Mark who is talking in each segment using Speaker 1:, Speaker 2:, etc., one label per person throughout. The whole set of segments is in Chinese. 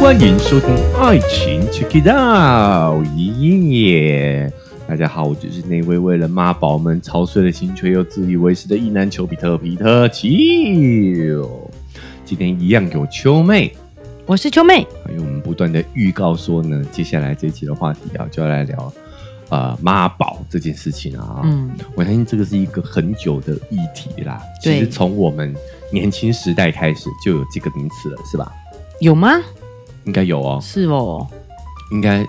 Speaker 1: 欢迎收听《爱情 Check It Out》，耶！大家好，我就是那位为了妈宝们操碎了心却又自以为是的意男丘比特皮特丘。今天一样有秋妹，
Speaker 2: 我是秋妹，
Speaker 1: 因为我们不断的预告说呢，接下来这一期的话题啊，就要来聊呃妈宝这件事情啊。
Speaker 2: 嗯，
Speaker 1: 我相信这个是一个很久的议题啦。其
Speaker 2: 对
Speaker 1: 实从我们年轻时代开始就有这个名词了，是吧？
Speaker 2: 有吗？
Speaker 1: 应该有哦，
Speaker 2: 是哦，
Speaker 1: 应该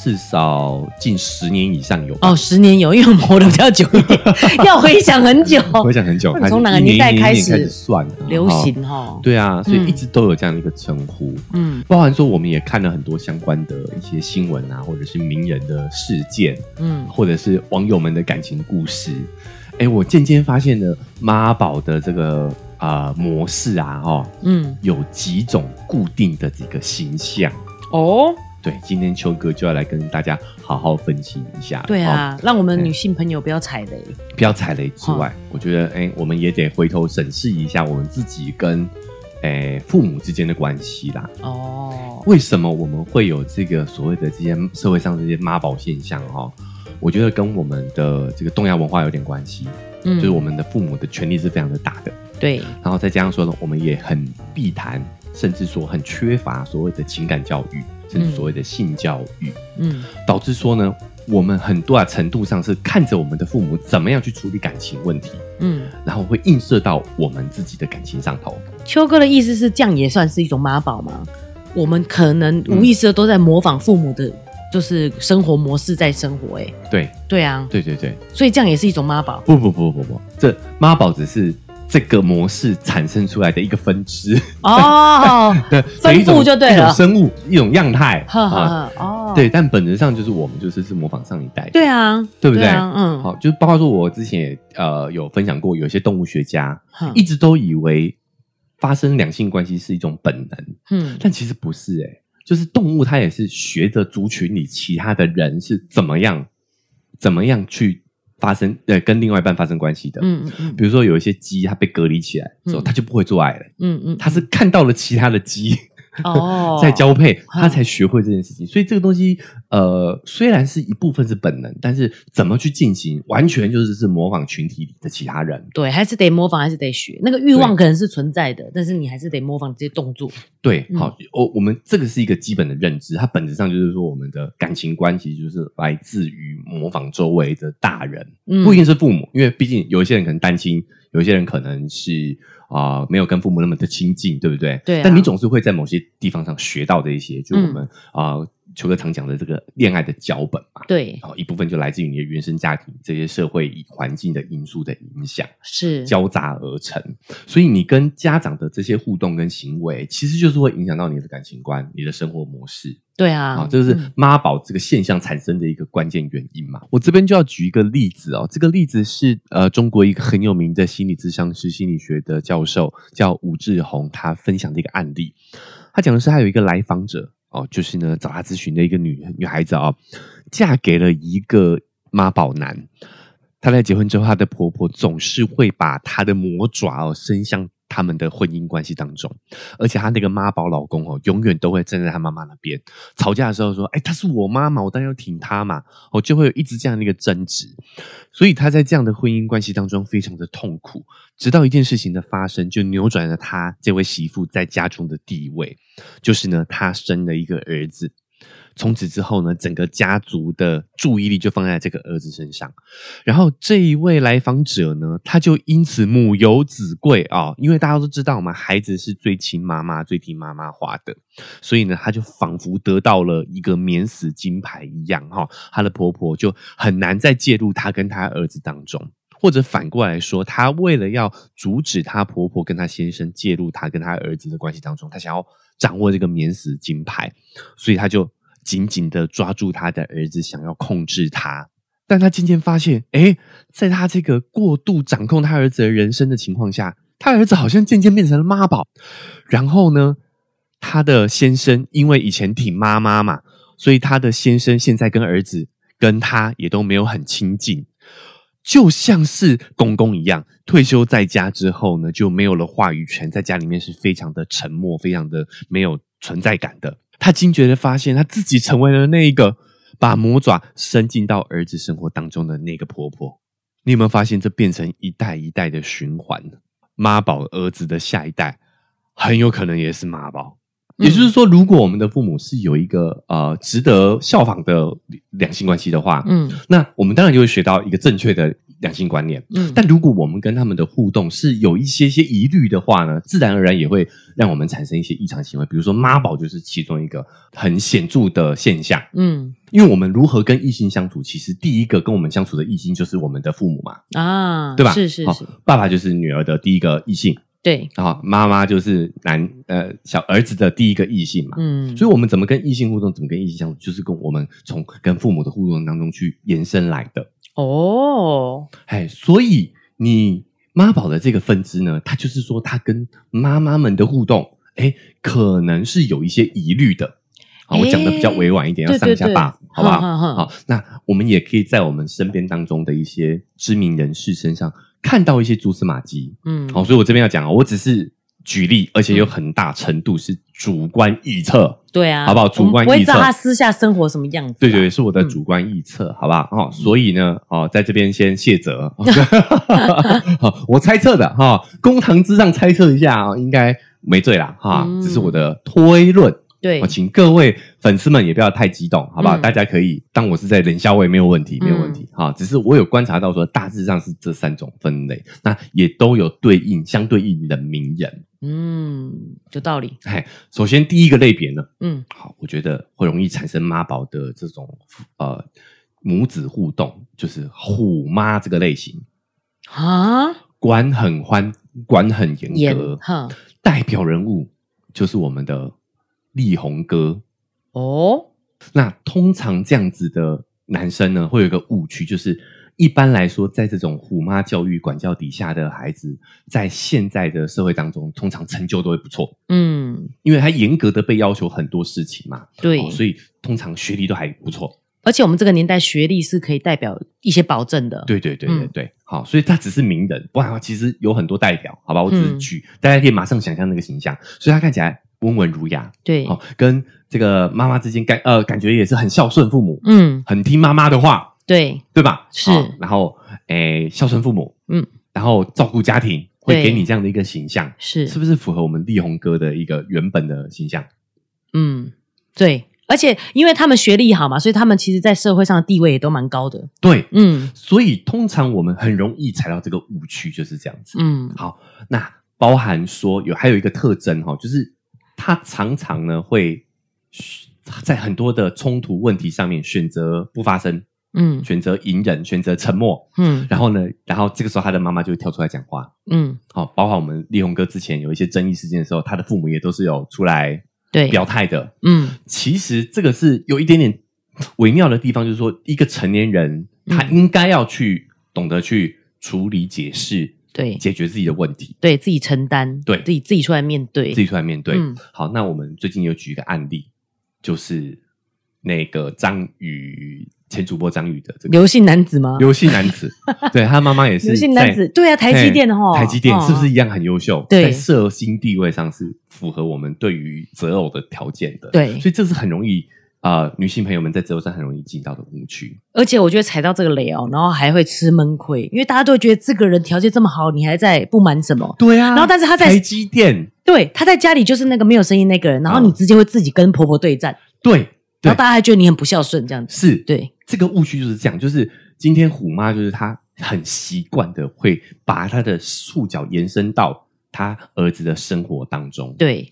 Speaker 1: 至少近十年以上有吧。
Speaker 2: 哦，十年有，因为我们活得比较久一 点，要回想很久。
Speaker 1: 回想很久，
Speaker 2: 那你从哪个年代
Speaker 1: 一年一年
Speaker 2: 开
Speaker 1: 一年开
Speaker 2: 始
Speaker 1: 始算的
Speaker 2: 流？
Speaker 1: 哦
Speaker 2: 行哦，
Speaker 1: 对啊，所以
Speaker 2: 嗯
Speaker 1: 一直都有这样的一个称呼。
Speaker 2: 嗯
Speaker 1: 包含说，我们也看了很多相关的一些新闻啊，或者是名人的事件，
Speaker 2: 嗯，
Speaker 1: 或者是网友们的感情故事。哎，我渐渐发现了妈宝的这个啊、呃模式啊，哦，
Speaker 2: 嗯，
Speaker 1: 有几种固定的几个形象。
Speaker 2: 哦，
Speaker 1: 对，今天秋哥就要来跟大家好好分析一下。
Speaker 2: 对
Speaker 1: 哦，
Speaker 2: 啊，让我们女性朋友不要踩雷。
Speaker 1: 不要踩雷之外，我觉得哎、我们也得回头审视一下我们自己跟哎、父母之间的关系啦。
Speaker 2: 哦，
Speaker 1: 为什么我们会有这个所谓的这些社会上这些妈宝现象哦？我觉得跟我们的这个东亚文化有点关系，
Speaker 2: 嗯
Speaker 1: 就是我们的父母的权力是非常的大的，
Speaker 2: 对，
Speaker 1: 然后再加上说呢，我们也很避谈，甚至说很缺乏所谓的情感教育，甚至所谓的性教育，
Speaker 2: 嗯
Speaker 1: 导致说呢，我们很多啊程度上是看着我们的父母怎么样去处理感情问题，
Speaker 2: 嗯，
Speaker 1: 然后会映射到我们自己的感情上头。
Speaker 2: 秋哥的意思是，这样也算是一种妈宝吗？我们可能无意识的都在模仿父母的，就是生活模式在生活、哎，
Speaker 1: 对，
Speaker 2: 对啊，
Speaker 1: 对对对，
Speaker 2: 所以这样也是一种妈宝。
Speaker 1: 不不不不不，这妈宝只是这个模式产生出来的一个分支，
Speaker 2: 哦，
Speaker 1: 对，
Speaker 2: 分布
Speaker 1: 一种
Speaker 2: 就对了
Speaker 1: 一种生物一种样态
Speaker 2: 呵呵
Speaker 1: 啊。
Speaker 2: 呵，哦，
Speaker 1: 对，但本质上就是我们就是是模仿上一代的，
Speaker 2: 对啊，
Speaker 1: 对不对？
Speaker 2: 啊嗯，
Speaker 1: 好，就是包括说我之前也呃有分享过，有一些动物学家
Speaker 2: 哼
Speaker 1: 一直都以为发生两性关系是一种本能，
Speaker 2: 嗯
Speaker 1: 但其实不是哎、就是动物它也是学着族群里其他的人是怎么样怎么样去发生呃跟另外一半发生关系的。
Speaker 2: 嗯嗯
Speaker 1: 比如说有一些鸡它被隔离起来之后，
Speaker 2: 嗯
Speaker 1: 它就不会做爱了。
Speaker 2: 嗯嗯，
Speaker 1: 它是看到了其他的鸡
Speaker 2: 哦
Speaker 1: 在交配，
Speaker 2: 嗯
Speaker 1: 它才学会这件事情。所以这个东西，呃，虽然是一部分是本能，但是怎么去进行，完全就是是模仿群体里的其他人。
Speaker 2: 对，还是得模仿，还是得学。那个欲望
Speaker 1: 对
Speaker 2: 可能是存在的，但是你还是得模仿这些动作。
Speaker 1: 对，
Speaker 2: 嗯
Speaker 1: 好，哦我、我们这个是一个基本的认知，它本质上就是说，我们的感情关系就是来自于模仿周围的大人，
Speaker 2: 嗯
Speaker 1: 不一定是父母，因为毕竟有一些人可能单亲，有一些人可能是啊、没有跟父母那么的亲近，对不对？
Speaker 2: 对啊嗯
Speaker 1: 但你总是会在某些地方上学到的一些，就我们啊、球哥常讲的这个恋爱的脚本嘛，
Speaker 2: 对，
Speaker 1: 然后一部分就来自于你的原生家庭这些社会环境的因素的影响。
Speaker 2: 是，
Speaker 1: 交杂而成，所以你跟家长的这些互动跟行为，其实就是会影响到你的感情观、你的生活模式
Speaker 2: 对
Speaker 1: 啊
Speaker 2: 啊，，
Speaker 1: 这就是
Speaker 2: 嗯
Speaker 1: 妈宝这个现象产生的一个关键原因嘛。我这边就要举一个例子哦，这个例子是呃中国一个很有名的心理咨商师、心理学的教授叫吴志宏，他分享的一个案例。他讲的是他有一个来访者哦，就是呢找他咨询的一个女女孩子哦，嫁给了一个妈宝男。她在结婚之后，她的婆婆总是会把她的魔爪哦伸向他们的婚姻关系当中，而且她那个妈宝老公哦，永远都会站在她妈妈那边。吵架的时候说：“哎，她是我妈嘛，我当然要挺她嘛。”哦，就会有一直这样的一个争执。所以她在这样的婚姻关系当中非常的痛苦，直到一件事情的发生，就扭转了她这位媳妇在家中的地位。就是呢，她生了一个儿子。从此之后呢，整个家族的注意力就放在这个儿子身上。然后这一位来访者呢，他就因此母有子贵啊、因为大家都知道嘛，孩子是最亲妈妈、最听妈妈话的，所以呢，他就仿佛得到了一个免死金牌一样哈、她的婆婆就很难再介入她跟她儿子当中。或者反过来说，她为了要阻止她婆婆跟她先生介入她跟她儿子的关系当中，她想要掌握这个免死金牌，所以她就紧紧的抓住她的儿子，想要控制他。但她渐渐发现，诶，在她这个过度掌控她儿子的人生的情况下，她儿子好像渐渐变成了妈宝。然后呢，她的先生因为以前挺妈妈嘛，所以她的先生现在跟儿子跟她也都没有很亲近。就像是公公一样，退休在家之后呢，就没有了话语权，在家里面是非常的沉默，非常的没有存在感的。他惊觉的发现，他自己成为了那一个把魔爪伸进到儿子生活当中的那个婆婆。你有没有发现，这变成一代一代的循环？妈宝儿子的下一代，很有可能也是妈宝。
Speaker 2: 嗯
Speaker 1: 也就是说，如果我们的父母是有一个呃值得效仿的两性关系的话，
Speaker 2: 嗯
Speaker 1: 那我们当然就会学到一个正确的两性观念。
Speaker 2: 嗯，
Speaker 1: 但如果我们跟他们的互动是有一些些疑虑的话呢，自然而然也会让我们产生一些异常行为，比如说妈宝就是其中一个很显著的现象。
Speaker 2: 嗯
Speaker 1: 因为我们如何跟异性相处，其实第一个跟我们相处的异性就是我们的父母嘛，
Speaker 2: 啊，
Speaker 1: 对吧？
Speaker 2: 是是
Speaker 1: 好
Speaker 2: 是，
Speaker 1: 哦爸爸就是女儿的第一个异性，
Speaker 2: 对，
Speaker 1: 然后妈妈就是男呃小儿子的第一个异性嘛。
Speaker 2: 嗯，
Speaker 1: 所以，我们怎么跟异性互动，怎么跟异性相处，就是跟我们从跟父母的互动当中去延伸来的。
Speaker 2: 哦，
Speaker 1: 哎，所以你妈宝的这个分支呢，它就是说，它跟妈妈们的互动，哎，可能是有一些疑虑的。好，我讲的比较委婉一点，
Speaker 2: 哎
Speaker 1: 要上下
Speaker 2: 对对对
Speaker 1: buff，好不好？
Speaker 2: 哼哼哼
Speaker 1: 好，那我们也可以在我们身边当中的一些知名人士身上看到一些蛛丝马迹。
Speaker 2: 嗯，
Speaker 1: 好，所以我这边要讲啊，我只是举例，而且有很大程度是主观臆测。
Speaker 2: 对啊，
Speaker 1: 好不好主
Speaker 2: 我们
Speaker 1: 观
Speaker 2: 不会
Speaker 1: 臆
Speaker 2: 知道
Speaker 1: 测
Speaker 2: 他私下生活什么样子啊，
Speaker 1: 对对，对是我的主观臆测，好不好？
Speaker 2: 嗯
Speaker 1: 哦，所以呢，哦，在这边先谢 责，好，我猜测的哈、公堂之上猜测一下啊、应该没罪啦哈，
Speaker 2: 嗯
Speaker 1: 这是我的推论。
Speaker 2: 对
Speaker 1: 哦，请各位粉丝们也不要太激动，好不好？
Speaker 2: 嗯
Speaker 1: 大家可以当我是在冷笑话，也没有问题，
Speaker 2: 嗯
Speaker 1: 没有问题哈、只是我有观察到说，大致上是这三种分类，那也都有对应相对应的名人。
Speaker 2: 嗯，有道理，
Speaker 1: 嘿，首先第一个类别呢，
Speaker 2: 嗯
Speaker 1: 好，我觉得会容易产生妈宝的这种呃母子互动，就是虎妈这个类型，
Speaker 2: 啊，
Speaker 1: 管很宽，管很严
Speaker 2: 严
Speaker 1: 格。
Speaker 2: 哈
Speaker 1: 代表人物就是我们的力宏哥。
Speaker 2: 哦，
Speaker 1: 那通常这样子的男生呢，会有一个误区，就是一般来说，在这种虎妈教育管教底下的孩子，在现在的社会当中，通常成就都会不错，
Speaker 2: 嗯，
Speaker 1: 因为他严格的被要求很多事情嘛，
Speaker 2: 对，
Speaker 1: 哦所以通常学历都还不错。
Speaker 2: 而且我们这个年代学历是可以代表一些保证的，，
Speaker 1: 对对对对
Speaker 2: 嗯
Speaker 1: 对，好，所以他只是名人，不然的话其实有很多代表，好吧？我只是
Speaker 2: 嗯
Speaker 1: 举，大家可以马上想象那个形象，所以他看起来温文儒雅，
Speaker 2: 对，
Speaker 1: 好、跟这个妈妈之间感呃感觉也是很孝顺父母，
Speaker 2: 嗯，
Speaker 1: 很听妈妈的话，
Speaker 2: 对，
Speaker 1: 对吧？
Speaker 2: 是
Speaker 1: 好然后诶孝顺父母，
Speaker 2: 嗯，
Speaker 1: 然后照顾家庭，会
Speaker 2: 对
Speaker 1: 给你这样的一个形象，
Speaker 2: 是，
Speaker 1: 是不是符合我们力宏哥的一个原本的形象？
Speaker 2: 嗯，对，而且因为他们学历好嘛，所以他们其实在社会上的地位也都蛮高的，
Speaker 1: 对，
Speaker 2: 嗯
Speaker 1: 所以通常我们很容易踩到这个误区，就是这样子。
Speaker 2: 嗯
Speaker 1: 好，那包含说有还有一个特征哈、哦，就是他常常呢会在很多的冲突问题上面选择不发声，
Speaker 2: 嗯
Speaker 1: 选择隐忍，选择沉默。
Speaker 2: 嗯
Speaker 1: 然后呢，然后这个时候他的妈妈就会跳出来讲话。
Speaker 2: 嗯，
Speaker 1: 好、包含我们力宏哥之前有一些争议事件的时候，他的父母也都是有出来
Speaker 2: 对，
Speaker 1: 表态的。
Speaker 2: 嗯
Speaker 1: 其实这个是有一点点微妙的地方，就是说一个成年人他
Speaker 2: 嗯
Speaker 1: 应该要去懂得去处理、解释、
Speaker 2: 对
Speaker 1: 解决自己的问题。
Speaker 2: 对自己承担，
Speaker 1: 对
Speaker 2: 自己自己出来面对，
Speaker 1: 自己出来面对。
Speaker 2: 嗯
Speaker 1: 好，那我们最近有举一个案例，就是那个张宇前主播张宇的这个
Speaker 2: 刘姓男子吗？
Speaker 1: 刘姓男 子，对他妈妈也是
Speaker 2: 刘姓男
Speaker 1: 在
Speaker 2: 子，对啊，台积电哈，
Speaker 1: 台积电
Speaker 2: 哦
Speaker 1: 是不是一样很优秀？
Speaker 2: 对
Speaker 1: 在社经地位上是符合我们对于择偶的条件的。
Speaker 2: 对
Speaker 1: 所以这是很容易啊、呃女性朋友们在择偶上很容易进到的误区。
Speaker 2: 而且我觉得踩到这个雷哦，然后还会吃闷亏，因为大家都会觉得这个人条件这么好，你还在不满什么？
Speaker 1: 对啊，
Speaker 2: 然后但是他在
Speaker 1: 台积电，
Speaker 2: 对，他在家里就是那个没有声音那个人，然后你直接会自己跟婆婆对战，
Speaker 1: 嗯对
Speaker 2: 然后大家还觉得你很不孝顺这样子。
Speaker 1: 是，
Speaker 2: 对，
Speaker 1: 这个误区就是这样，就是今天虎妈就是她很习惯的会把她的触角延伸到她儿子的生活当中。
Speaker 2: 对，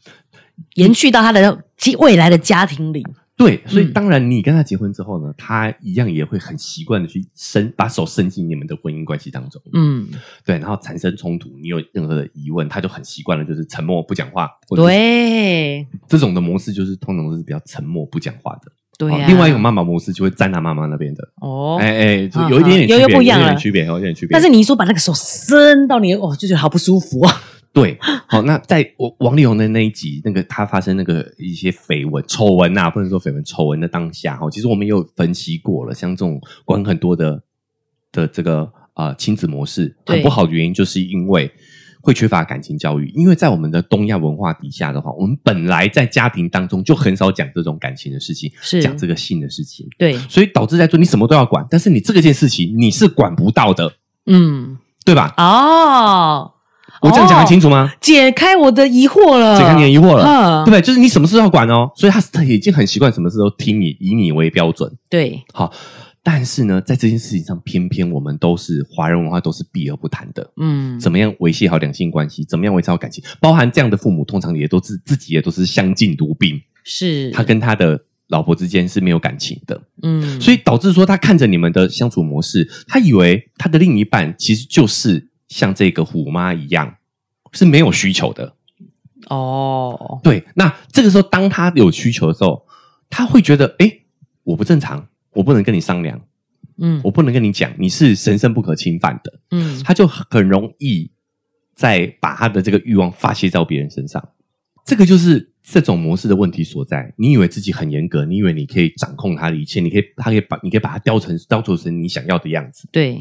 Speaker 2: 延续到他的家未来的家庭里。
Speaker 1: 对，所以
Speaker 2: 嗯
Speaker 1: 当然你跟她结婚之后呢，她一样也会很习惯的去伸把手伸进你们的婚姻关系当中。
Speaker 2: 嗯，
Speaker 1: 对，然后产生冲突，你有任何的疑问，她就很习惯了就是沉默不讲话。或者是
Speaker 2: 对，
Speaker 1: 这种的模式就是通常都是比较沉默不讲话的。
Speaker 2: 对
Speaker 1: 好
Speaker 2: 啊。
Speaker 1: 哦另外一个妈妈模式就会站她妈妈那边的，
Speaker 2: 哦，
Speaker 1: 哎哎，就
Speaker 2: 嗯
Speaker 1: 有一点
Speaker 2: 嗯
Speaker 1: 点区
Speaker 2: 又又
Speaker 1: 别，有
Speaker 2: 不一
Speaker 1: 一
Speaker 2: 样
Speaker 1: 点点
Speaker 2: 了
Speaker 1: 区别，有一点区别。
Speaker 2: 但是你一说把那个手伸到你，哦，就觉得好不舒服啊。
Speaker 1: 对，好，那在我王力宏的那一集，那个他发生那个一些绯闻、丑闻呐、不能说绯闻，丑哦闻的当下，哈，其实我们也有分析过了，像这种管很多的的这个呃亲子模式
Speaker 2: 对
Speaker 1: 很不好的原因，就是因为会缺乏感情教育。因为在我们的东亚文化底下的话，我们本来在家庭当中就很少讲这种感情的事情，
Speaker 2: 是
Speaker 1: 讲这个性的事情，
Speaker 2: 对，
Speaker 1: 所以导致在做你什么都要管，但是你这个件事情你是管不到的，
Speaker 2: 嗯，
Speaker 1: 对吧？
Speaker 2: 哦，
Speaker 1: 我这样讲得清楚吗？
Speaker 2: 解开我的疑惑了，
Speaker 1: 解开你的疑惑了。对不对？
Speaker 2: 了，
Speaker 1: 就是你什么事都要管哦，所以他他已经很习惯什么事都听你，以你为标准。
Speaker 2: 对，
Speaker 1: 好，但是呢，在这件事情上，偏偏我们都是华人文化，都是避而不谈的。
Speaker 2: 嗯，
Speaker 1: 怎么样维系好两性关系？怎么样维持好感情？包含这样的父母，通常也都是自己也都是相敬如宾，
Speaker 2: 是
Speaker 1: 他跟他的老婆之间是没有感情的，
Speaker 2: 嗯，
Speaker 1: 所以导致说他看着你们的相处模式，他以为他的另一半其实就是像这个虎妈一样是没有需求的。
Speaker 2: 哦，
Speaker 1: 对，那这个时候，当他有需求的时候，他会觉得，哎，我不正常，我不能跟你商量，
Speaker 2: 嗯
Speaker 1: 我不能跟你讲，你是神圣不可侵犯的，
Speaker 2: 嗯，
Speaker 1: 他就很容易再把他的这个欲望发泄到别人身上。这个就是这种模式的问题所在。你以为自己很严格，你以为你可以掌控他的一切，你可以，他可以把，你可以把他雕成雕琢成你想要的样子，
Speaker 2: 对，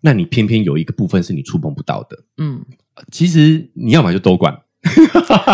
Speaker 1: 那你偏偏有一个部分是你触碰不到的。
Speaker 2: 嗯，
Speaker 1: 其实你要么就多管，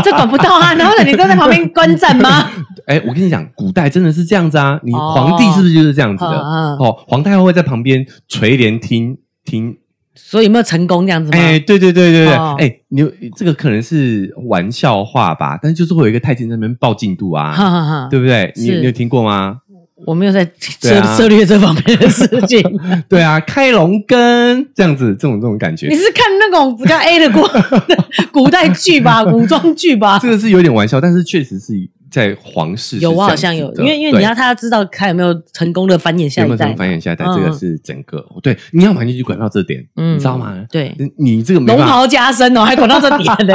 Speaker 2: 这管不到啊，然后呢，你都在旁边观战吗？
Speaker 1: 哎，我跟你讲，古代真的是这样子啊！你
Speaker 2: 哦
Speaker 1: 皇帝是不是就是这样子的？
Speaker 2: 嗯嗯
Speaker 1: 哦，皇太后会在旁边垂帘听听。
Speaker 2: 所以有没有成功这样子吗？
Speaker 1: 哎，对对对对对，哎、
Speaker 2: 哦
Speaker 1: 你这个可能是玩笑话吧，但就是会有一个太监在那边报进度啊，
Speaker 2: 哈哈哈，
Speaker 1: 对不对？你
Speaker 2: 是
Speaker 1: 你有听过吗？
Speaker 2: 我没有在
Speaker 1: 对
Speaker 2: 涉
Speaker 1: 啊
Speaker 2: 涉猎这方面的事 情。
Speaker 1: 对啊，开龙根这样子，这种这种感觉
Speaker 2: 你，是看那种比较 A 的古 古代 剧吧，古装剧吧
Speaker 1: 这？个是有点玩笑，但是确实是在皇室是
Speaker 2: 有，我好
Speaker 1: 这样
Speaker 2: 像
Speaker 1: 子
Speaker 2: 有，
Speaker 1: 的
Speaker 2: 因为因为
Speaker 1: 对
Speaker 2: 你要他要知道他有没有成功的繁衍下
Speaker 1: 有没
Speaker 2: 一
Speaker 1: 有这
Speaker 2: 代
Speaker 1: 种，繁衍下一代？
Speaker 2: 嗯
Speaker 1: 这个是整个对，你要么你就管到这点，你知道吗？
Speaker 2: 对，
Speaker 1: 你你这个没
Speaker 2: 龙
Speaker 1: 办法
Speaker 2: 袍加身哦，还 管到这点呢。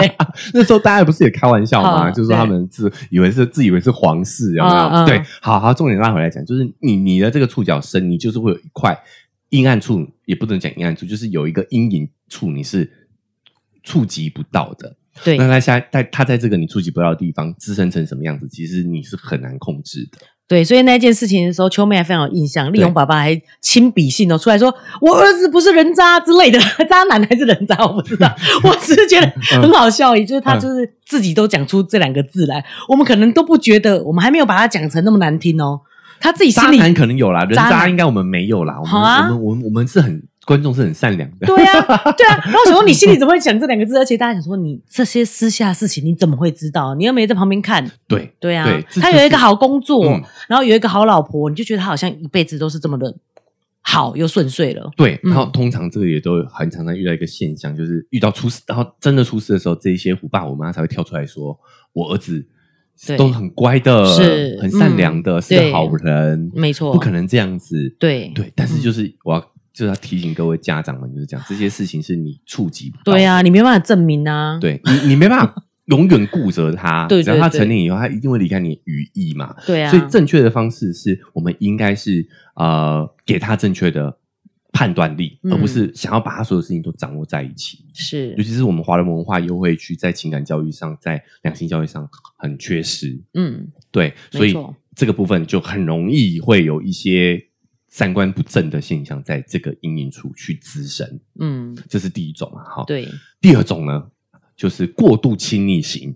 Speaker 1: 那时候大家不是也开玩笑吗？
Speaker 2: 嗯
Speaker 1: 就是说他们自以为是自以为是皇室，有没有？
Speaker 2: 嗯嗯
Speaker 1: 对，好好，重点拉回来讲，就是你你的这个触角深，你就是会有一块阴暗处，也不能讲阴暗处，就是有一个阴影处，你是触及不到的。
Speaker 2: 对
Speaker 1: 那他下在他在这个你触及不到的地方滋生成什么样子，其实你是很难控制的。
Speaker 2: 对，所以那件事情的时候，秋妹还非常有印象，丽蓉爸爸还亲笔信哦出来说，我儿子不是人渣之类的，渣男还是人渣我不知 道，我只是觉得
Speaker 1: 嗯
Speaker 2: 很好笑而已，就是他就是自己都讲出这两个字来，我们可能都不觉得，我们还没有把它讲成那么难听哦，他自己
Speaker 1: 渣
Speaker 2: 心里
Speaker 1: 男可能有啦，人
Speaker 2: 渣
Speaker 1: 渣
Speaker 2: 男
Speaker 1: 应该我们没有啦，我们、
Speaker 2: 好啊
Speaker 1: 我们我们我们是很观众是很善良的。
Speaker 2: 对 啊，对啊。然后我想说，你心里怎么会想这两个字？而且大家想说，你这些私下的事情你怎么会知道？你又没在旁边看。
Speaker 1: 对
Speaker 2: 对啊
Speaker 1: 对，这
Speaker 2: 他
Speaker 1: 就是
Speaker 2: 有一个好工作，
Speaker 1: 嗯
Speaker 2: 然后有一个好老婆，你就觉得他好像一辈子都是这么的好又顺遂了。
Speaker 1: 对，然后
Speaker 2: 嗯
Speaker 1: 通常这个也都很常常遇到一个现象，就是遇到出事，然后真的出事的时候，这一些虎爸虎妈才会跳出来说，我儿子
Speaker 2: 对
Speaker 1: 都很乖的，
Speaker 2: 是嗯
Speaker 1: 很善良的，是个
Speaker 2: 对
Speaker 1: 好人，
Speaker 2: 没错，
Speaker 1: 不可能这样子。
Speaker 2: 对嗯
Speaker 1: 对，但是就是我要就是要提醒各位家长们，就是讲 这些事情是你触及不到，
Speaker 2: 对，啊，你没办法证明啊。
Speaker 1: 对你你没办法永远顾着他，
Speaker 2: 对对
Speaker 1: 只要他
Speaker 2: 对
Speaker 1: 成年以后，他一定会离开你的羽翼嘛。
Speaker 2: 对啊，
Speaker 1: 所以正确的方式是我们应该是呃给他正确的判断力，
Speaker 2: 嗯
Speaker 1: 而不是想要把他所有事情都掌握在一起。
Speaker 2: 是
Speaker 1: 尤其是我们华人文化又会去在情感教育上、在两性教育上很缺失，
Speaker 2: 嗯，
Speaker 1: 对，
Speaker 2: 没
Speaker 1: 所以
Speaker 2: 错
Speaker 1: 这个部分就很容易会有一些三观不正的现象在这个阴影处去滋生，
Speaker 2: 嗯，
Speaker 1: 这是第一种嘛，哈。，
Speaker 2: 对
Speaker 1: 第二种呢就是过度亲密型，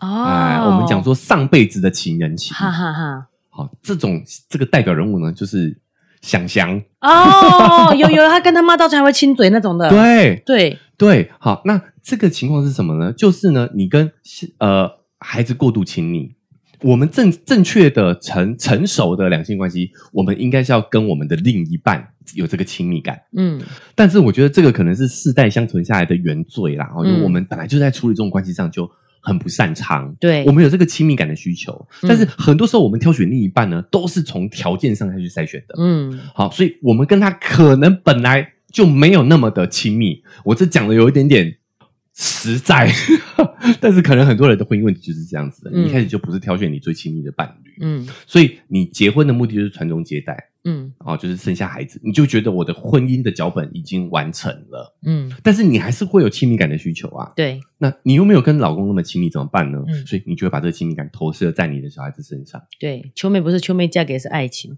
Speaker 2: 哦，
Speaker 1: 哎，我们讲，说上辈子的情人情，
Speaker 2: 哈哈哈。
Speaker 1: 好，这种这个代表人物呢，就是想想，
Speaker 2: 哦，有有，他跟他妈到最后还会亲嘴那种的，
Speaker 1: 对
Speaker 2: 对
Speaker 1: 对，好，那这个情况是什么呢？就是呢，你跟呃孩子过度亲密，我们正正确的成成熟的两性关系，我们应该是要跟我们的另一半有这个亲密感，
Speaker 2: 嗯，
Speaker 1: 但是我觉得这个可能是世代相传下来的原罪啦，哦，因为
Speaker 2: 嗯
Speaker 1: 我们本来就在处理这种关系上就很不擅长，
Speaker 2: 对
Speaker 1: 我，们有这个亲密感的需求，
Speaker 2: 嗯
Speaker 1: 但是很多时候我们挑选另一半呢，都是从条件上下去筛选的，
Speaker 2: 嗯，
Speaker 1: 好，所以我们跟他可能本来就没有那么的亲密。我这讲的有一点点实在， 但是可能很多人的婚姻问题就是这样子的，
Speaker 2: 嗯
Speaker 1: 你一开始就不是挑选你最亲密的伴侣，
Speaker 2: 嗯，
Speaker 1: 所以你结婚的目的就是传宗接代。
Speaker 2: 嗯，
Speaker 1: 哦，就是生下孩子，你就觉得我的婚姻的脚本已经完成了，
Speaker 2: 嗯，
Speaker 1: 但是你还是会有亲密感的需求啊。
Speaker 2: 对，
Speaker 1: 那你又没有跟老公那么亲密，怎么办呢？
Speaker 2: 嗯
Speaker 1: 所以你就会把这个亲密感投射在你的小孩子身 上。
Speaker 2: 对，秋妹不是秋妹嫁给是爱情，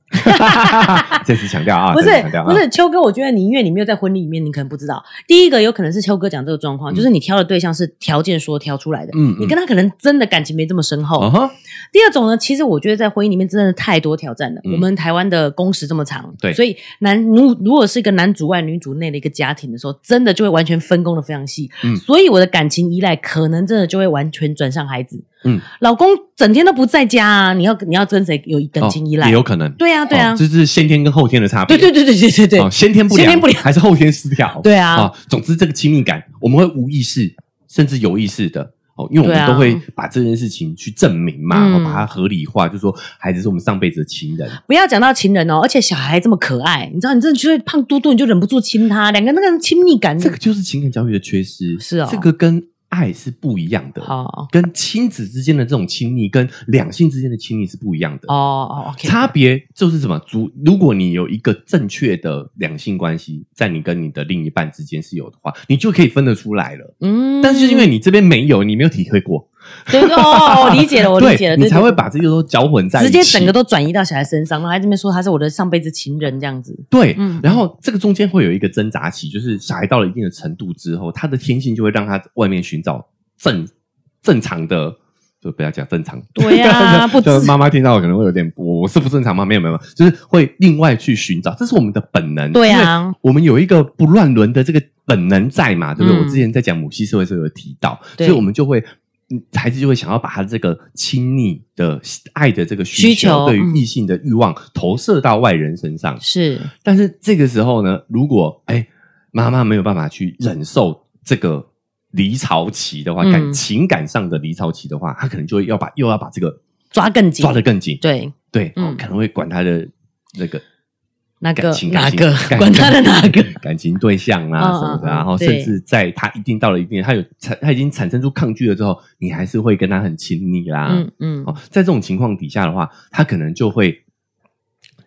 Speaker 1: 再次强调啊，
Speaker 2: 不是
Speaker 1: 再次强调啊
Speaker 2: 不是秋哥，我觉得你因为你没有在婚礼里面，你可能不知道。第一个有可能是秋哥讲这个状况，
Speaker 1: 嗯
Speaker 2: 就是你挑的对象是条件说挑出来的，
Speaker 1: 嗯，
Speaker 2: 你跟他可能真的感情没这么深厚。
Speaker 1: 啊哈，
Speaker 2: 第二种呢，其实我觉得在婚姻里面真的太多挑战了。
Speaker 1: 嗯
Speaker 2: 我们台湾的工时这么长，
Speaker 1: 对
Speaker 2: 所以男如如果是一个男主外女主内的一个家庭的时候，真的就会完全分工的非常细。
Speaker 1: 嗯
Speaker 2: 所以我的感情依赖可能真的就会完全转向孩子。
Speaker 1: 嗯，
Speaker 2: 老公整天都不在家啊，你要你要跟谁有感情依
Speaker 1: 哦
Speaker 2: 赖？
Speaker 1: 也有可能。
Speaker 2: 对啊，对啊，
Speaker 1: 哦这是先天跟后天的差别。
Speaker 2: 对对对对对对对，
Speaker 1: 哦，先天不良，
Speaker 2: 先天不良
Speaker 1: 还是后天失调？
Speaker 2: 对啊
Speaker 1: 哦，总之这个亲密感，我们会无意识甚至有意识的。哦，因为我
Speaker 2: 对
Speaker 1: 们
Speaker 2: 啊
Speaker 1: 都会把这件事情去证明嘛，
Speaker 2: 嗯
Speaker 1: 哦把它合理化，就说孩子是我们上辈子的情人，
Speaker 2: 不要讲到情人哦，而且小孩这么可爱，你知道，你真的就会胖嘟嘟，你就忍不住亲他，两个那个亲密感，
Speaker 1: 这个就是情感教育的缺失。
Speaker 2: 嗯是哦
Speaker 1: 这个跟爱是不一样的，
Speaker 2: 哦
Speaker 1: 跟亲子之间的这种亲密，跟两性之间的亲密是不一样的。
Speaker 2: 哦哦，OK，
Speaker 1: 差别就是什么？如如果你有一个正确的两性关系，在你跟你的另一半之间是有的话，你就可以分得出来了。
Speaker 2: 嗯
Speaker 1: 但是因为你这边没有，你没有体会过，
Speaker 2: 对对 哦，我理解了，我理解
Speaker 1: 对
Speaker 2: 了，
Speaker 1: 你
Speaker 2: 对
Speaker 1: 才
Speaker 2: 对
Speaker 1: 会把这些都搅混在一
Speaker 2: 直
Speaker 1: 起，
Speaker 2: 接整个都转移到小孩身上，然后还这边说他是我的上辈子情人这样子，
Speaker 1: 对。
Speaker 2: 嗯
Speaker 1: 然后这个中间会有一个挣扎期，就是小孩到了一定的程度之后，他的天性就会让他外面寻找正正常的。就不要讲正常，
Speaker 2: 对 啊不
Speaker 1: 就
Speaker 2: 止
Speaker 1: 妈妈听到可能会有点，我我是不正常吗？没有没有，没有就是会另外去寻找，这是我们的本能。
Speaker 2: 对啊，
Speaker 1: 我们有一个不乱伦的这个本能在嘛，对不对？
Speaker 2: 嗯
Speaker 1: 我之前在讲母系社会的时候有提到，所
Speaker 2: 对
Speaker 1: 以我们就会。嗯孩子就会想要把他这个亲密的爱的这个需
Speaker 2: 需求
Speaker 1: 对于
Speaker 2: 嗯
Speaker 1: 异性的欲望投射到外人身上。
Speaker 2: 是
Speaker 1: 但是这个时候呢，如果哎妈妈没有办法去忍受这个离巢期的话，
Speaker 2: 嗯
Speaker 1: 感情感上的离巢期的话，他可能就会要把又要把这个
Speaker 2: 抓更紧，
Speaker 1: 抓得更紧，
Speaker 2: 对
Speaker 1: 对，
Speaker 2: 嗯
Speaker 1: 哦可能会管他的那个
Speaker 2: 那
Speaker 1: 感
Speaker 2: 个
Speaker 1: 情
Speaker 2: 哪
Speaker 1: 感情
Speaker 2: 个
Speaker 1: 感
Speaker 2: 管他的哪个，
Speaker 1: 感情对象啊
Speaker 2: 嗯
Speaker 1: 什么的啊，
Speaker 2: 嗯嗯
Speaker 1: 然后
Speaker 2: 对
Speaker 1: 甚至在他一定到了一定，他有产他已经产生出抗拒了之后，你还是会跟他很亲密啦。
Speaker 2: 嗯嗯，
Speaker 1: 哦，在这种情况底下的话，他可能就会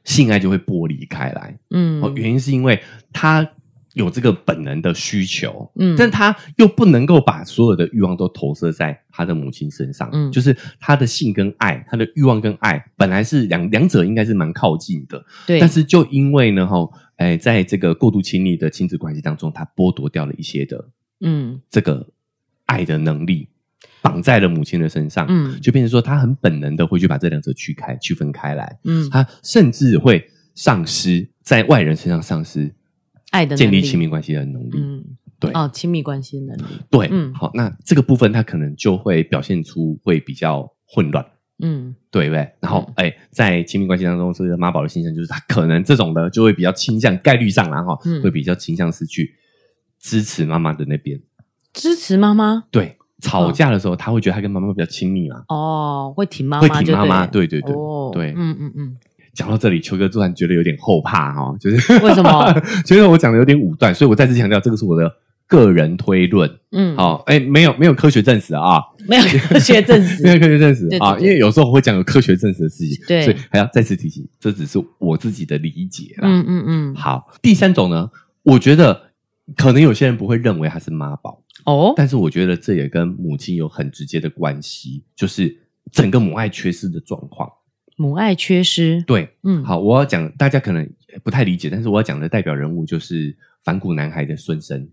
Speaker 1: 性爱就会剥离开来。哦，
Speaker 2: 嗯
Speaker 1: 原因是因为他有这个本能的需求，
Speaker 2: 嗯
Speaker 1: 但他又不能够把所有的欲望都投射在他的母亲身上，
Speaker 2: 嗯
Speaker 1: 就是他的性跟爱，他的欲望跟爱本来是两两者应该是蛮靠近的，
Speaker 2: 对，
Speaker 1: 但是就因为呢，哈，哎，在这个过度亲密的亲子关系当中，他剥夺掉了一些的
Speaker 2: 嗯
Speaker 1: 这个爱的能力，绑在了母亲的身上，
Speaker 2: 嗯
Speaker 1: 就变成说他很本能的会去把这两者区开、区分开来，
Speaker 2: 嗯，
Speaker 1: 他甚至会丧失在外人身上丧失
Speaker 2: 爱的能力
Speaker 1: 建立亲密关系的能力。
Speaker 2: 嗯
Speaker 1: 对
Speaker 2: 哦，亲密关系的能力，
Speaker 1: 对，
Speaker 2: 嗯
Speaker 1: 好，那这个部分他可能就会表现出会比较混乱。
Speaker 2: 嗯
Speaker 1: 对不对？然后，哎、在亲密关系当中，这个妈宝的现象就是，他可能这种的就会比较倾向概率上啦，然后、
Speaker 2: 嗯
Speaker 1: 会比较倾向是去支持妈妈的那边。
Speaker 2: 支持妈妈
Speaker 1: 对，
Speaker 2: 嗯
Speaker 1: 吵架的时候，他会觉得他跟妈妈比较亲密嘛。
Speaker 2: 哦，会挺妈妈
Speaker 1: 会
Speaker 2: 就
Speaker 1: 挺
Speaker 2: 对
Speaker 1: 妈
Speaker 2: 了，
Speaker 1: 妈对对对
Speaker 2: 哦
Speaker 1: 对
Speaker 2: 嗯嗯嗯，
Speaker 1: 讲到这里，秋哥突然觉得有点后怕哦， 就是
Speaker 2: 为什么？
Speaker 1: 觉得我讲的有点武断，所以我再次强调，这个是我的个人推论。
Speaker 2: 嗯，
Speaker 1: 好、哎、没有没有科学证实啊，
Speaker 2: 没有科学证实
Speaker 1: 没，有科学证实
Speaker 2: 对对
Speaker 1: 啊，
Speaker 2: 对
Speaker 1: 因为有时候我会讲有科学证实的事情，
Speaker 2: 对
Speaker 1: 所以还要再次提醒，这只是我自己的理解啦。
Speaker 2: 嗯嗯嗯，
Speaker 1: 好，第三种呢，我觉得可能有些人不会认为他是妈宝，
Speaker 2: 哦，
Speaker 1: 但是我觉得这也跟母亲有很直接的关系，就是整个母爱缺失的状况。
Speaker 2: 母爱缺失，
Speaker 1: 对，
Speaker 2: 嗯，
Speaker 1: 好，我要讲，大家可能不太理解，但是我要讲的代表人物就是反骨男孩的孙生，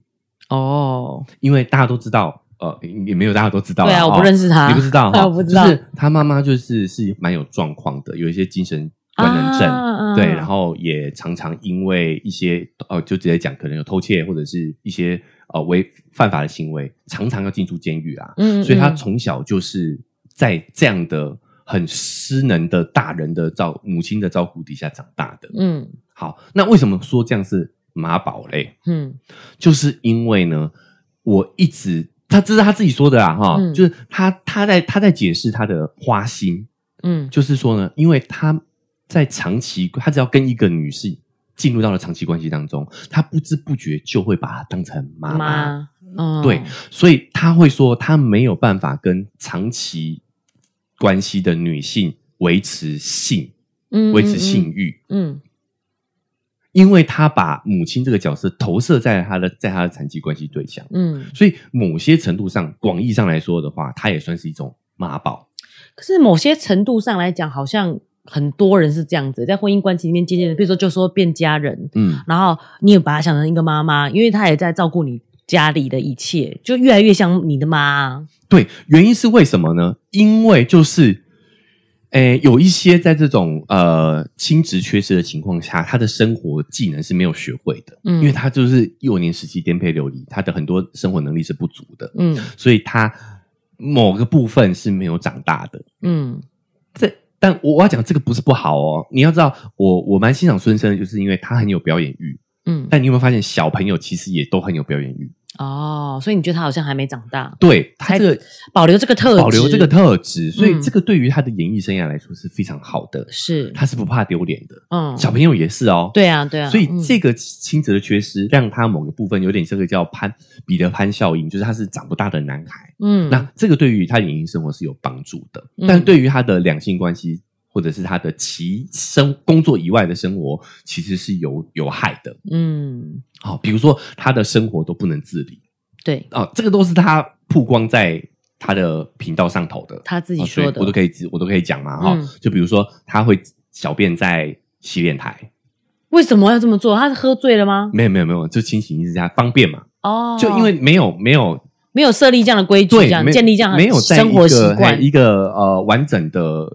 Speaker 2: 哦，
Speaker 1: 因为大家都知道，呃，也没有大家都知道啦，
Speaker 2: 对啊，我不
Speaker 1: 哦
Speaker 2: 认识他，
Speaker 1: 你不知道哈、
Speaker 2: 啊我不知道
Speaker 1: 就是他妈妈就是是蛮有状况的，有一些精神官能症，
Speaker 2: 啊
Speaker 1: 对，然后也常常因为一些呃，就直接讲，可能有偷窃或者是一些呃违犯法的行为，常常要进出监狱啊。
Speaker 2: 嗯，嗯
Speaker 1: 所以他
Speaker 2: 嗯
Speaker 1: 从小就是在这样的很失能的大人的照母亲的照顾底下长大的。
Speaker 2: 嗯
Speaker 1: 好，那为什么说这样是妈宝嘞？
Speaker 2: 嗯
Speaker 1: 就是因为呢，我一直他这是他自己说的啊，哈、
Speaker 2: 嗯
Speaker 1: 就是他他在他在解释他的花心，
Speaker 2: 嗯
Speaker 1: 就是说呢，因为他在长期，他只要跟一个女性进入到了长期关系当中，他不知不觉就会把她当成妈妈，
Speaker 2: 妈，嗯，
Speaker 1: 对，所以他会说他没有办法跟长期关系的女性维持性，
Speaker 2: 嗯
Speaker 1: 维持性，欲。
Speaker 2: 嗯嗯
Speaker 1: 因为他把母亲这个角色投射在他的在他的长期关系对象，
Speaker 2: 嗯，
Speaker 1: 所以某些程度上，广义上来说的话，他也算是一种妈宝。
Speaker 2: 可是某些程度上来讲，好像很多人是这样子，在婚姻关系里面渐渐的，比如说就说变家人，
Speaker 1: 嗯，
Speaker 2: 然后你也把她想成一个妈妈，因为她也在照顾你家里的一切，就越来越像你的妈啊。
Speaker 1: 对，原因是为什么呢？因为就是，诶，有一些在这种呃亲职缺失的情况下，他的生活技能是没有学会的，
Speaker 2: 嗯
Speaker 1: 因为他就是幼年时期颠沛流离，他的很多生活能力是不足的，
Speaker 2: 嗯
Speaker 1: 所以他某个部分是没有长大的。
Speaker 2: 嗯
Speaker 1: 这，但我我要讲这个不是不好哦。你要知道，我我蛮欣赏孙生，的，就是因为他很有表演欲。
Speaker 2: 嗯，
Speaker 1: 但你有没有发现，小朋友其实也都很有表演欲？
Speaker 2: 哦，所以你觉得她好像还没长大，
Speaker 1: 对他这个
Speaker 2: 保留这个特质，
Speaker 1: 保留这个特质，所以
Speaker 2: 嗯
Speaker 1: 这个对于他的演艺生涯来说是非常好的。
Speaker 2: 是，
Speaker 1: 他是不怕丢脸的，
Speaker 2: 嗯，
Speaker 1: 小朋友也是哦。。
Speaker 2: 对啊对啊，
Speaker 1: 所以
Speaker 2: 嗯
Speaker 1: 这个亲子的缺失，让他某个部分有点这个叫潘彼得潘效应，就是他是长不大的男孩。
Speaker 2: 嗯
Speaker 1: 那这个对于他演艺生活是有帮助的，
Speaker 2: 嗯
Speaker 1: 但对于他的两性关系或者是他的其生工作以外的生活，其实是有有害的。
Speaker 2: 嗯
Speaker 1: 好、比如说他的生活都不能自理
Speaker 2: 对
Speaker 1: 啊、这个都是他曝光在他的频道上头的，
Speaker 2: 他自己
Speaker 1: 啊所以
Speaker 2: 说的，
Speaker 1: 我都可以知我都可以讲嘛哈、
Speaker 2: 嗯
Speaker 1: 就比如说他会小便在洗脸台，
Speaker 2: 为什么要这么做？他是喝醉了吗？
Speaker 1: 没有没有没有，就清醒一下方便嘛，
Speaker 2: 哦，
Speaker 1: 就因为没有没有
Speaker 2: 没有设立这样的规矩，这
Speaker 1: 对，
Speaker 2: 样
Speaker 1: 没
Speaker 2: 建立这样的
Speaker 1: 没有在
Speaker 2: 生活习
Speaker 1: 一个
Speaker 2: 惯
Speaker 1: 嘿，一个呃完整的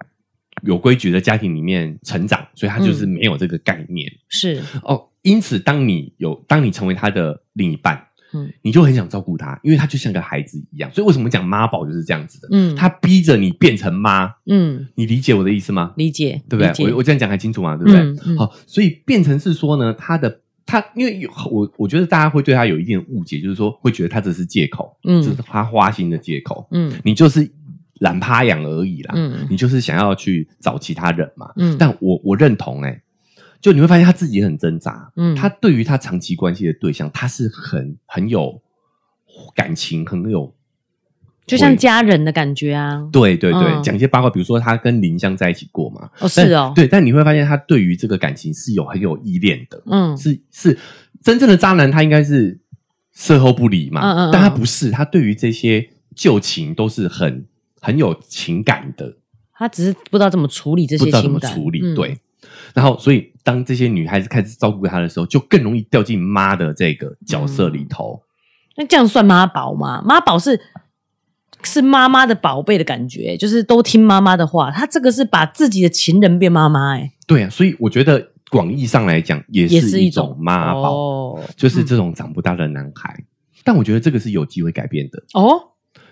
Speaker 1: 有规矩的家庭里面成长，所以他就是没有这个概念、
Speaker 2: 是
Speaker 1: 哦。因此，当你有当你成为他的另一半，
Speaker 2: 嗯
Speaker 1: 你就很想照顾他，因为他就像个孩子一样。所以为什么讲妈宝就是这样子的？
Speaker 2: 嗯
Speaker 1: 他逼着你变成妈，
Speaker 2: 嗯
Speaker 1: 你理解我的意思吗？
Speaker 2: 理解
Speaker 1: 对不
Speaker 2: 理解
Speaker 1: 对？我我这样讲还清楚吗？对不对？
Speaker 2: 嗯嗯
Speaker 1: 好，所以变成是说呢，他的他因为有我我觉得大家会对他有一定的误解，就是说会觉得他只是借口，
Speaker 2: 嗯
Speaker 1: 就是他花心的借口。
Speaker 2: 嗯
Speaker 1: 你就是懒趴养而已啦，
Speaker 2: 嗯
Speaker 1: 啊你就是想要去找其他人嘛。
Speaker 2: 嗯，
Speaker 1: 但我我认同哎、就你会发现他自己也很挣扎，
Speaker 2: 嗯
Speaker 1: 他对于他长期关系的对象，他是很很有感情，很有。
Speaker 2: 就像家人的感觉啊，
Speaker 1: 对对对，
Speaker 2: 嗯
Speaker 1: 讲一些八卦，比如说他跟林香在一起过嘛，
Speaker 2: 哦
Speaker 1: 但
Speaker 2: 是哦，
Speaker 1: 对，但你会发现他对于这个感情是有很有依恋的，
Speaker 2: 嗯
Speaker 1: 是是真正的渣男，他应该是事后不理嘛，
Speaker 2: 嗯嗯嗯
Speaker 1: 但他不是，他对于这些旧情都是很很有情感的，
Speaker 2: 他只是不知道怎么处理这
Speaker 1: 不知
Speaker 2: 些
Speaker 1: 道怎
Speaker 2: 情
Speaker 1: 么
Speaker 2: 感，
Speaker 1: 处理。
Speaker 2: 嗯
Speaker 1: 对，然后所以当这些女孩子开始照顾他的时候，就更容易掉进妈的这个角色
Speaker 2: 嗯
Speaker 1: 里头。
Speaker 2: 那这样算妈宝吗？妈宝是是妈妈的宝贝的感觉，就是都听妈妈的话。他这个是把自己的情人变妈妈、哎，
Speaker 1: 对啊，所以我觉得广义上来讲，也
Speaker 2: 也是
Speaker 1: 是
Speaker 2: 一
Speaker 1: 一
Speaker 2: 种
Speaker 1: 种妈宝，
Speaker 2: 哦
Speaker 1: 就是这种长不大的男孩。但我觉得这个是有机会改变的。
Speaker 2: 哦，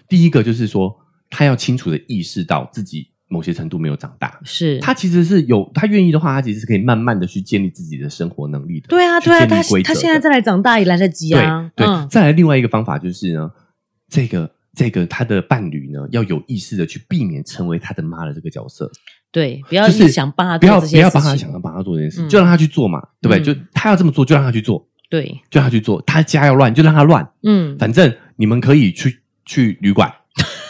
Speaker 1: 第一个就是说，他要清楚的意识到自己某些程度没有长大。
Speaker 2: 是
Speaker 1: 他其实是有，他愿意的话，他其实是可以慢慢的去建立自己的生活能力的。
Speaker 2: 对啊，
Speaker 1: 去
Speaker 2: 对啊，
Speaker 1: 建立
Speaker 2: 他
Speaker 1: 规则
Speaker 2: 他
Speaker 1: 的
Speaker 2: 现在再来长大也来得及啊，
Speaker 1: 对对
Speaker 2: 嗯，
Speaker 1: 再来另外一个方法就是呢，这个这个他的伴侣呢，要有意识的去避免成为他的妈的这个角色，
Speaker 2: 对，不要
Speaker 1: 就
Speaker 2: 一直
Speaker 1: 是
Speaker 2: 想帮他
Speaker 1: 不
Speaker 2: 做
Speaker 1: 要
Speaker 2: 这
Speaker 1: 不
Speaker 2: 些
Speaker 1: 要
Speaker 2: 事
Speaker 1: 帮他
Speaker 2: 情
Speaker 1: 想，要帮他做这件事，
Speaker 2: 嗯
Speaker 1: 就让他去做嘛，对不
Speaker 2: 嗯
Speaker 1: 对？就他要这么做，就让他去做，
Speaker 2: 对，
Speaker 1: 就让他去做，他家要乱就让他乱，
Speaker 2: 嗯，
Speaker 1: 反正你们可以去去旅馆。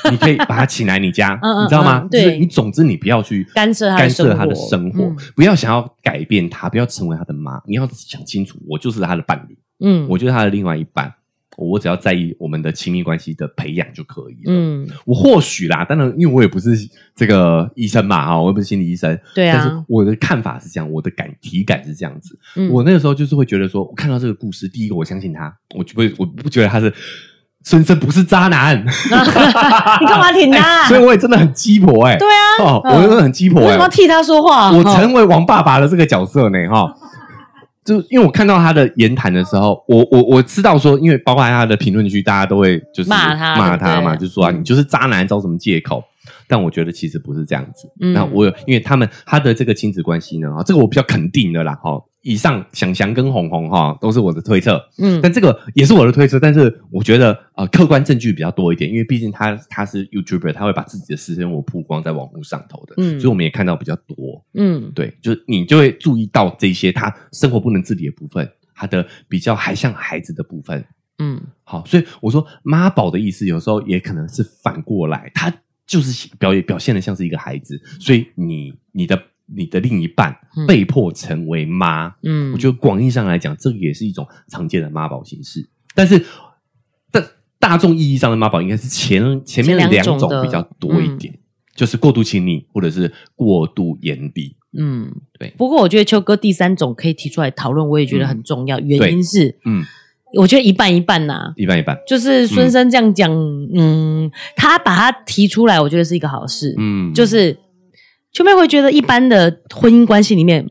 Speaker 1: 你可以把他请来你家，
Speaker 2: 嗯嗯
Speaker 1: 你知道吗
Speaker 2: 嗯？
Speaker 1: 就是
Speaker 2: 对
Speaker 1: 你总之你不要去
Speaker 2: 干涉他的
Speaker 1: 干涉他的
Speaker 2: 生
Speaker 1: 生
Speaker 2: 活
Speaker 1: 活
Speaker 2: 嗯，
Speaker 1: 不要想要改变他，不要成为他的妈。你要想清楚，我就是他的伴侣，
Speaker 2: 嗯，
Speaker 1: 我就是他的另外一半，我只要在意我们的亲密关系的培养就可以了。
Speaker 2: 嗯，
Speaker 1: 我或许啦，当然，因为我也不是这个医生嘛，哈，我又不是心理医生，
Speaker 2: 对
Speaker 1: 但是
Speaker 2: 啊，
Speaker 1: 我的看法是这样，我的感体感是这样子。
Speaker 2: 嗯
Speaker 1: 我那个时候就是会觉得说，我看到这个故事，第一个我相信他，我就不会，我不觉得他是孙生不是渣 男，
Speaker 2: 你干嘛挺 他、
Speaker 1: 哎所以我也真的很鸡婆哎、
Speaker 2: 对啊，
Speaker 1: 哦，
Speaker 2: 嗯
Speaker 1: 我真的很鸡婆
Speaker 2: 为
Speaker 1: 哎、
Speaker 2: 什么要替他说话？
Speaker 1: 我成为王爸爸的这个角色呢，哈，就因为我看到他的言谈的时候，我我我知道说，因为包括他的评论区，大家都会就是
Speaker 2: 骂他
Speaker 1: 骂
Speaker 2: 对
Speaker 1: 他
Speaker 2: 不对
Speaker 1: 嘛，就说啊，
Speaker 2: 嗯
Speaker 1: 你就是渣男，找什么借口？但我觉得其实不是这样子。
Speaker 2: 嗯
Speaker 1: 那我有，因为他们他的这个亲子关系呢，哈，这个我比较肯定的啦，哈。以上想翔跟红红哈都是我的推测，
Speaker 2: 嗯
Speaker 1: 但这个也是我的推测，但是我觉得呃客观证据比较多一点，因为毕竟他他是 YouTuber，他会把自己的私生活曝光在网络上头的，
Speaker 2: 嗯
Speaker 1: 所以我们也看到比较多，
Speaker 2: 嗯
Speaker 1: 对，就是你就会注意到这些他生活不能自理的部分，他的比较还像孩子的部分。
Speaker 2: 嗯
Speaker 1: 好，所以我说妈宝的意思有时候也可能是反过来，他就是表演表现的像是一个孩子，所以你你的你的另一半
Speaker 2: 嗯
Speaker 1: 被迫成为妈，
Speaker 2: 嗯，
Speaker 1: 我觉得广义上来讲，这个也是一种常见的妈宝形式。但是，但大众意义上的妈宝应该是前前面
Speaker 2: 前两
Speaker 1: 两
Speaker 2: 种
Speaker 1: 种
Speaker 2: 的嗯
Speaker 1: 比较多一点，就是过度亲密或者是过度严厉。
Speaker 2: 嗯，
Speaker 1: 对
Speaker 2: 不过我觉得秋哥第三种可以提出来讨论，我也觉得很重要。原因是，
Speaker 1: 嗯，
Speaker 2: 我觉得一半一半呐、
Speaker 1: 一般一般。
Speaker 2: 就是孙生这样讲，嗯他把它提出来，我觉得是一个好事。
Speaker 1: 嗯，
Speaker 2: 就是秋妹会觉得，一般的婚姻关系里面，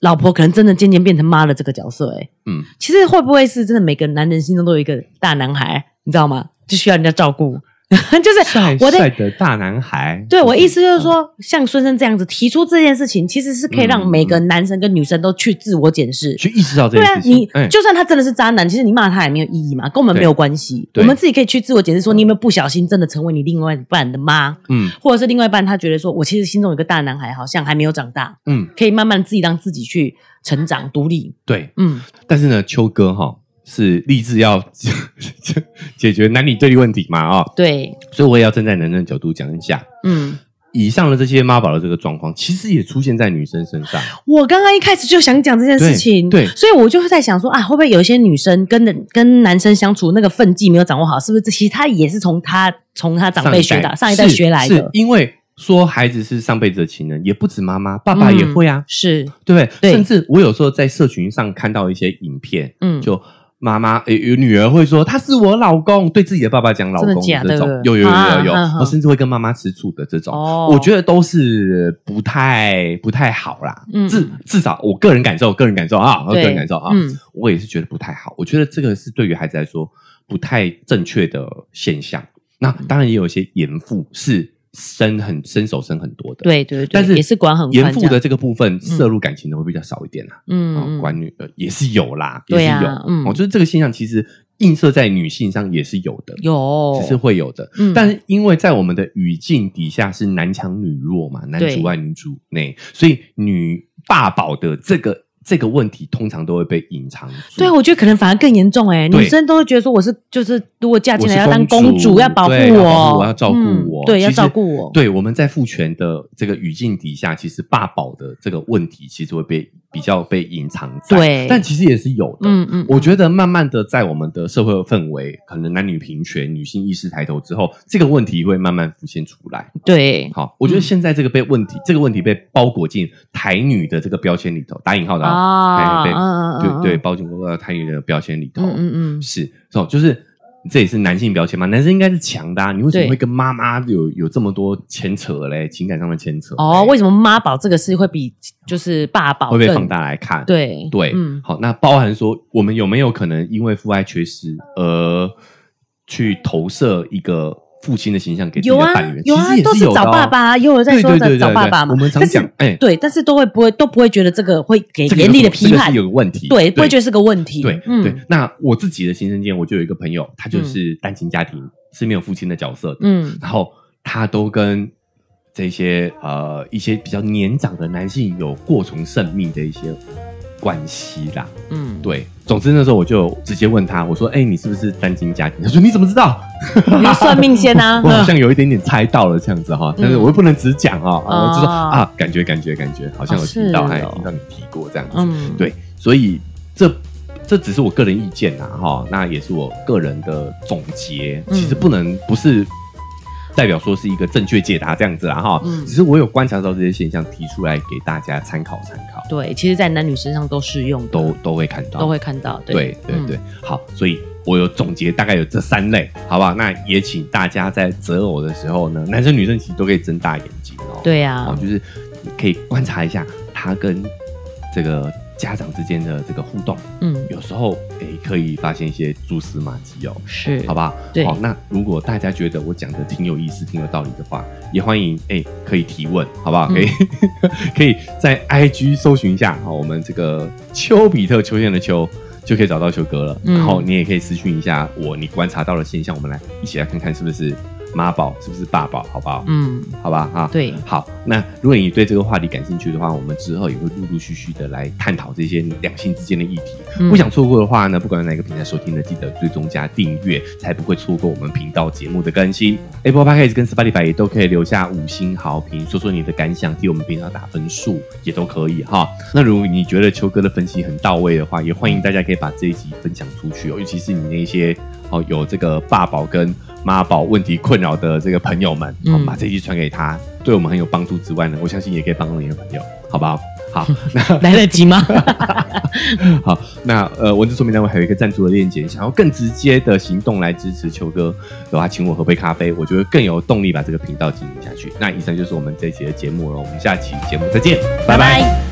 Speaker 2: 老婆可能真的渐渐变成妈的这个角色、欸。
Speaker 1: 嗯，
Speaker 2: 其实会不会是真的每个男人心中都有一个大男孩，你知道吗？就需要人家照顾， 就是
Speaker 1: 帅
Speaker 2: 我在
Speaker 1: 帅的大男孩。
Speaker 2: 对我意思
Speaker 1: 嗯
Speaker 2: 就是说，像孙生这样子提出这件事情，其实是可以让每个男生跟女生都去自我检视。
Speaker 1: 嗯去意识到这
Speaker 2: 对
Speaker 1: 件
Speaker 2: 啊
Speaker 1: 事，情。
Speaker 2: 你
Speaker 1: 哎
Speaker 2: 就算他真的是渣男，其实你骂他也没有意义嘛，跟我们没有关系。我
Speaker 1: 对
Speaker 2: 们自己可以去自我检视，说你有没有不小心真的成为你另外一半的妈，
Speaker 1: 嗯
Speaker 2: 或者是另外一半他觉得说，我其实心中有个大男孩，好像还没有长大，
Speaker 1: 嗯，
Speaker 2: 可以慢慢自己让自己去成长独立。
Speaker 1: 对。
Speaker 2: 嗯，
Speaker 1: 但是呢，秋哥哈、是立志要 解决男女对立问题嘛啊、哦，
Speaker 2: 对，
Speaker 1: 所以我也要站在男人的角度讲一下。
Speaker 2: 嗯，
Speaker 1: 以上的这些妈宝的这个状况，其实也出现在女生身上。
Speaker 2: 我刚刚一开始就想讲这件事情，
Speaker 1: 对对
Speaker 2: 所以我就在想说啊，会不会有一些女生跟人跟男生相处那个分际没有掌握好，是不是？其实她也是从她从她长辈学的，上一代
Speaker 1: 是
Speaker 2: 学来
Speaker 1: 是
Speaker 2: 的，
Speaker 1: 因为说孩子是上辈子的情人，也不止妈妈，爸爸也会啊，
Speaker 2: 是，
Speaker 1: 对不对？
Speaker 2: 嗯对
Speaker 1: 甚至我有时候在社群上看到一些影片，
Speaker 2: 嗯，
Speaker 1: 就妈妈诶有女儿会说他是我老公，对自己的爸爸讲老公
Speaker 2: 真的假的
Speaker 1: 这种
Speaker 2: 对不，对
Speaker 1: 有有有
Speaker 2: 啊
Speaker 1: 有有，
Speaker 2: 嗯嗯
Speaker 1: 我甚至会跟妈妈吃醋的这种，
Speaker 2: 哦
Speaker 1: 我觉得都是不太不太好啦。
Speaker 2: 嗯
Speaker 1: 至至少我个人感受，我个人感受啊，我个
Speaker 2: 对
Speaker 1: 人感受啊，
Speaker 2: 嗯
Speaker 1: 我也是觉得不太好。我觉得这个是对于孩子来说不太正确的现象。那
Speaker 2: 嗯
Speaker 1: 当然也有一些严父是深很伸手深很多的，
Speaker 2: 对对对，
Speaker 1: 但是
Speaker 2: 也是管很宽
Speaker 1: 严
Speaker 2: 这
Speaker 1: 父
Speaker 2: 样
Speaker 1: 的，这个部分摄入感情的会比较少一点啊。
Speaker 2: 嗯，
Speaker 1: 哦，
Speaker 2: 嗯
Speaker 1: 管女呃也是有啦，也
Speaker 2: 对
Speaker 1: 是
Speaker 2: 啊
Speaker 1: 有，
Speaker 2: 嗯
Speaker 1: 哦，就是这个现象其实映射在女性上也是有的，
Speaker 2: 有
Speaker 1: 只是会有的。
Speaker 2: 嗯
Speaker 1: 但是因为在我们的语境底下是男强女弱嘛，男
Speaker 2: 对
Speaker 1: 主外女主内，所以女霸宝的这个这个问题通常都会被隐藏住。
Speaker 2: 对，我觉得可能反而更严重哎、
Speaker 1: 对
Speaker 2: 女生都会觉得说我是就是如果嫁进来要当
Speaker 1: 公
Speaker 2: 主，要保护
Speaker 1: 对要保护
Speaker 2: 我，
Speaker 1: 我要照顾
Speaker 2: 嗯
Speaker 1: 我
Speaker 2: 对，
Speaker 1: 其
Speaker 2: 要
Speaker 1: 实
Speaker 2: 照顾我，
Speaker 1: 对，我们在父权的这个语境底下，其实霸宝的这个问题其实会被比较被隐藏在，
Speaker 2: 对
Speaker 1: 但其实也是有的。
Speaker 2: 嗯嗯，
Speaker 1: 我觉得慢慢的，在我们的社会氛围，可能男女平权、女性意识抬头之后，这个问题会慢慢浮现出来。
Speaker 2: 对
Speaker 1: 好，我觉得现在这个被问题，这个问题被包裹进台女的这个标签里头，打引号的啊，
Speaker 2: 啊，
Speaker 1: 对
Speaker 2: 嗯嗯嗯，
Speaker 1: 对对，
Speaker 2: 嗯，
Speaker 1: 包进呃台女的标签里头，
Speaker 2: 嗯嗯嗯，
Speaker 1: 是哦，就是这也是男性标签嘛，男生应该是强的、啊，你为什
Speaker 2: 对
Speaker 1: 么会跟妈妈有有这么多牵扯嘞？情感上的牵扯
Speaker 2: 哦，
Speaker 1: 嘞
Speaker 2: 为什么妈宝这个事会比就是爸宝
Speaker 1: 会被
Speaker 2: 更
Speaker 1: 放？大来看？
Speaker 2: 对
Speaker 1: 对，
Speaker 2: 嗯，
Speaker 1: 好，那包含说我们有没有可能因为父爱缺失而去投射一个父亲的形象给自己
Speaker 2: 有
Speaker 1: 的
Speaker 2: 啊
Speaker 1: 伴侣？
Speaker 2: 有啊
Speaker 1: 其实，也
Speaker 2: 都
Speaker 1: 是有的
Speaker 2: 找
Speaker 1: 哦
Speaker 2: 爸爸，啊，也有在
Speaker 1: 对
Speaker 2: 说
Speaker 1: 对对
Speaker 2: 在
Speaker 1: 对
Speaker 2: 找
Speaker 1: 对
Speaker 2: 爸爸嘛。
Speaker 1: 我们常
Speaker 2: 但是
Speaker 1: 讲，哎，
Speaker 2: 对，但是都会不会都不会觉得这个会给
Speaker 1: 这个有
Speaker 2: 严厉的
Speaker 1: 个这
Speaker 2: 批
Speaker 1: 个
Speaker 2: 判
Speaker 1: 是，有个问题，
Speaker 2: 对，不会觉得是个问题。
Speaker 1: 对
Speaker 2: 嗯
Speaker 1: 对，那我自己的亲身经验，我就有一个朋友，他就是单亲家庭，是没有父亲的角色的，
Speaker 2: 嗯
Speaker 1: 然后他都跟这些呃一些比较年长的男性有过从甚密的一些关系啦。
Speaker 2: 嗯，
Speaker 1: 对，总之那时候我就直接问他，我说：“哎、你是不是单亲家庭？”他说：“你怎么知 道？
Speaker 2: 你 要算命先啊
Speaker 1: 我好像有一点点猜到了这样子哈，但是我又不能只讲哈，
Speaker 2: 嗯
Speaker 1: 啊我就说
Speaker 2: 哦
Speaker 1: 啊，感觉感觉感觉，好像有提到，
Speaker 2: 哦是
Speaker 1: 还
Speaker 2: 哦
Speaker 1: 听到你提过这样子。
Speaker 2: 嗯，
Speaker 1: 对，所以这这只是我个人意见呐，哈，那也是我个人的总结，
Speaker 2: 嗯
Speaker 1: 其实不能不是代表说是一个正确解答这样子啦，哈，
Speaker 2: 嗯
Speaker 1: 只是我有观察到这些现象，提出来给大家参考参考，
Speaker 2: 对，其实，在男女身上都适用的，
Speaker 1: 都都会看到，
Speaker 2: 都会看到。
Speaker 1: 对对
Speaker 2: 嗯
Speaker 1: 对，好，所以我有总结，大概有这三类，好不好？那也请大家在择偶的时候呢，男生女生其实都可以睁大眼睛哦，
Speaker 2: 对
Speaker 1: 哦
Speaker 2: 啊，，就是
Speaker 1: 可以观察一下他跟这个家长之间的这个互动。
Speaker 2: 嗯，
Speaker 1: 有时候诶、可以发现一些蛛丝马迹哦，
Speaker 2: 是
Speaker 1: 好，吧？
Speaker 2: 对
Speaker 1: 好，那如果大家觉得我讲的挺有意思、挺有道理的话，也欢迎诶、可以提问，好不好？
Speaker 2: 嗯
Speaker 1: 可以、 可以在 IG 搜寻一下，好，我们这个丘比特秋天的秋。就可以找到秋哥了，
Speaker 2: 嗯
Speaker 1: 然后你也可以私讯一下我，你观察到的现象，我们来一起来看看是不是妈宝是不是爸宝，好不好？
Speaker 2: 嗯，
Speaker 1: 好吧，哈，
Speaker 2: 对
Speaker 1: 好，那如果你对这个话题感兴趣的话，我们之后也会陆陆续续的来探讨这些两性之间的议题。
Speaker 2: 嗯
Speaker 1: 不想错过的话呢，不管在哪个平台收听呢，记得追踪加订阅，才不会错过我们频道节目的更新。Apple Podcast 跟 Spotify 也都可以留下五星好评，说说你的感想，替我们频道打分数也都可以哈。那如果你觉得秋哥的分析很到位的话，也欢迎大家可以把这一集分享出去哦，尤其是你那些哦有这个爸宝跟妈宝问题困扰的这个朋友们，哦
Speaker 2: 嗯
Speaker 1: 把这一集传给他，对我们很有帮助之外呢，我相信也可以帮到你的朋友，好不好？好， 那
Speaker 2: 来得及吗？
Speaker 1: 好，那呃，文字说明单位还有一个赞助的链接，想要更直接的行动来支持球哥的话，请我喝杯咖啡，我觉得更有 动力把这个频道经营下去。那以上就是我们这一期的节目了，我们下期节目再见，拜拜
Speaker 2: 拜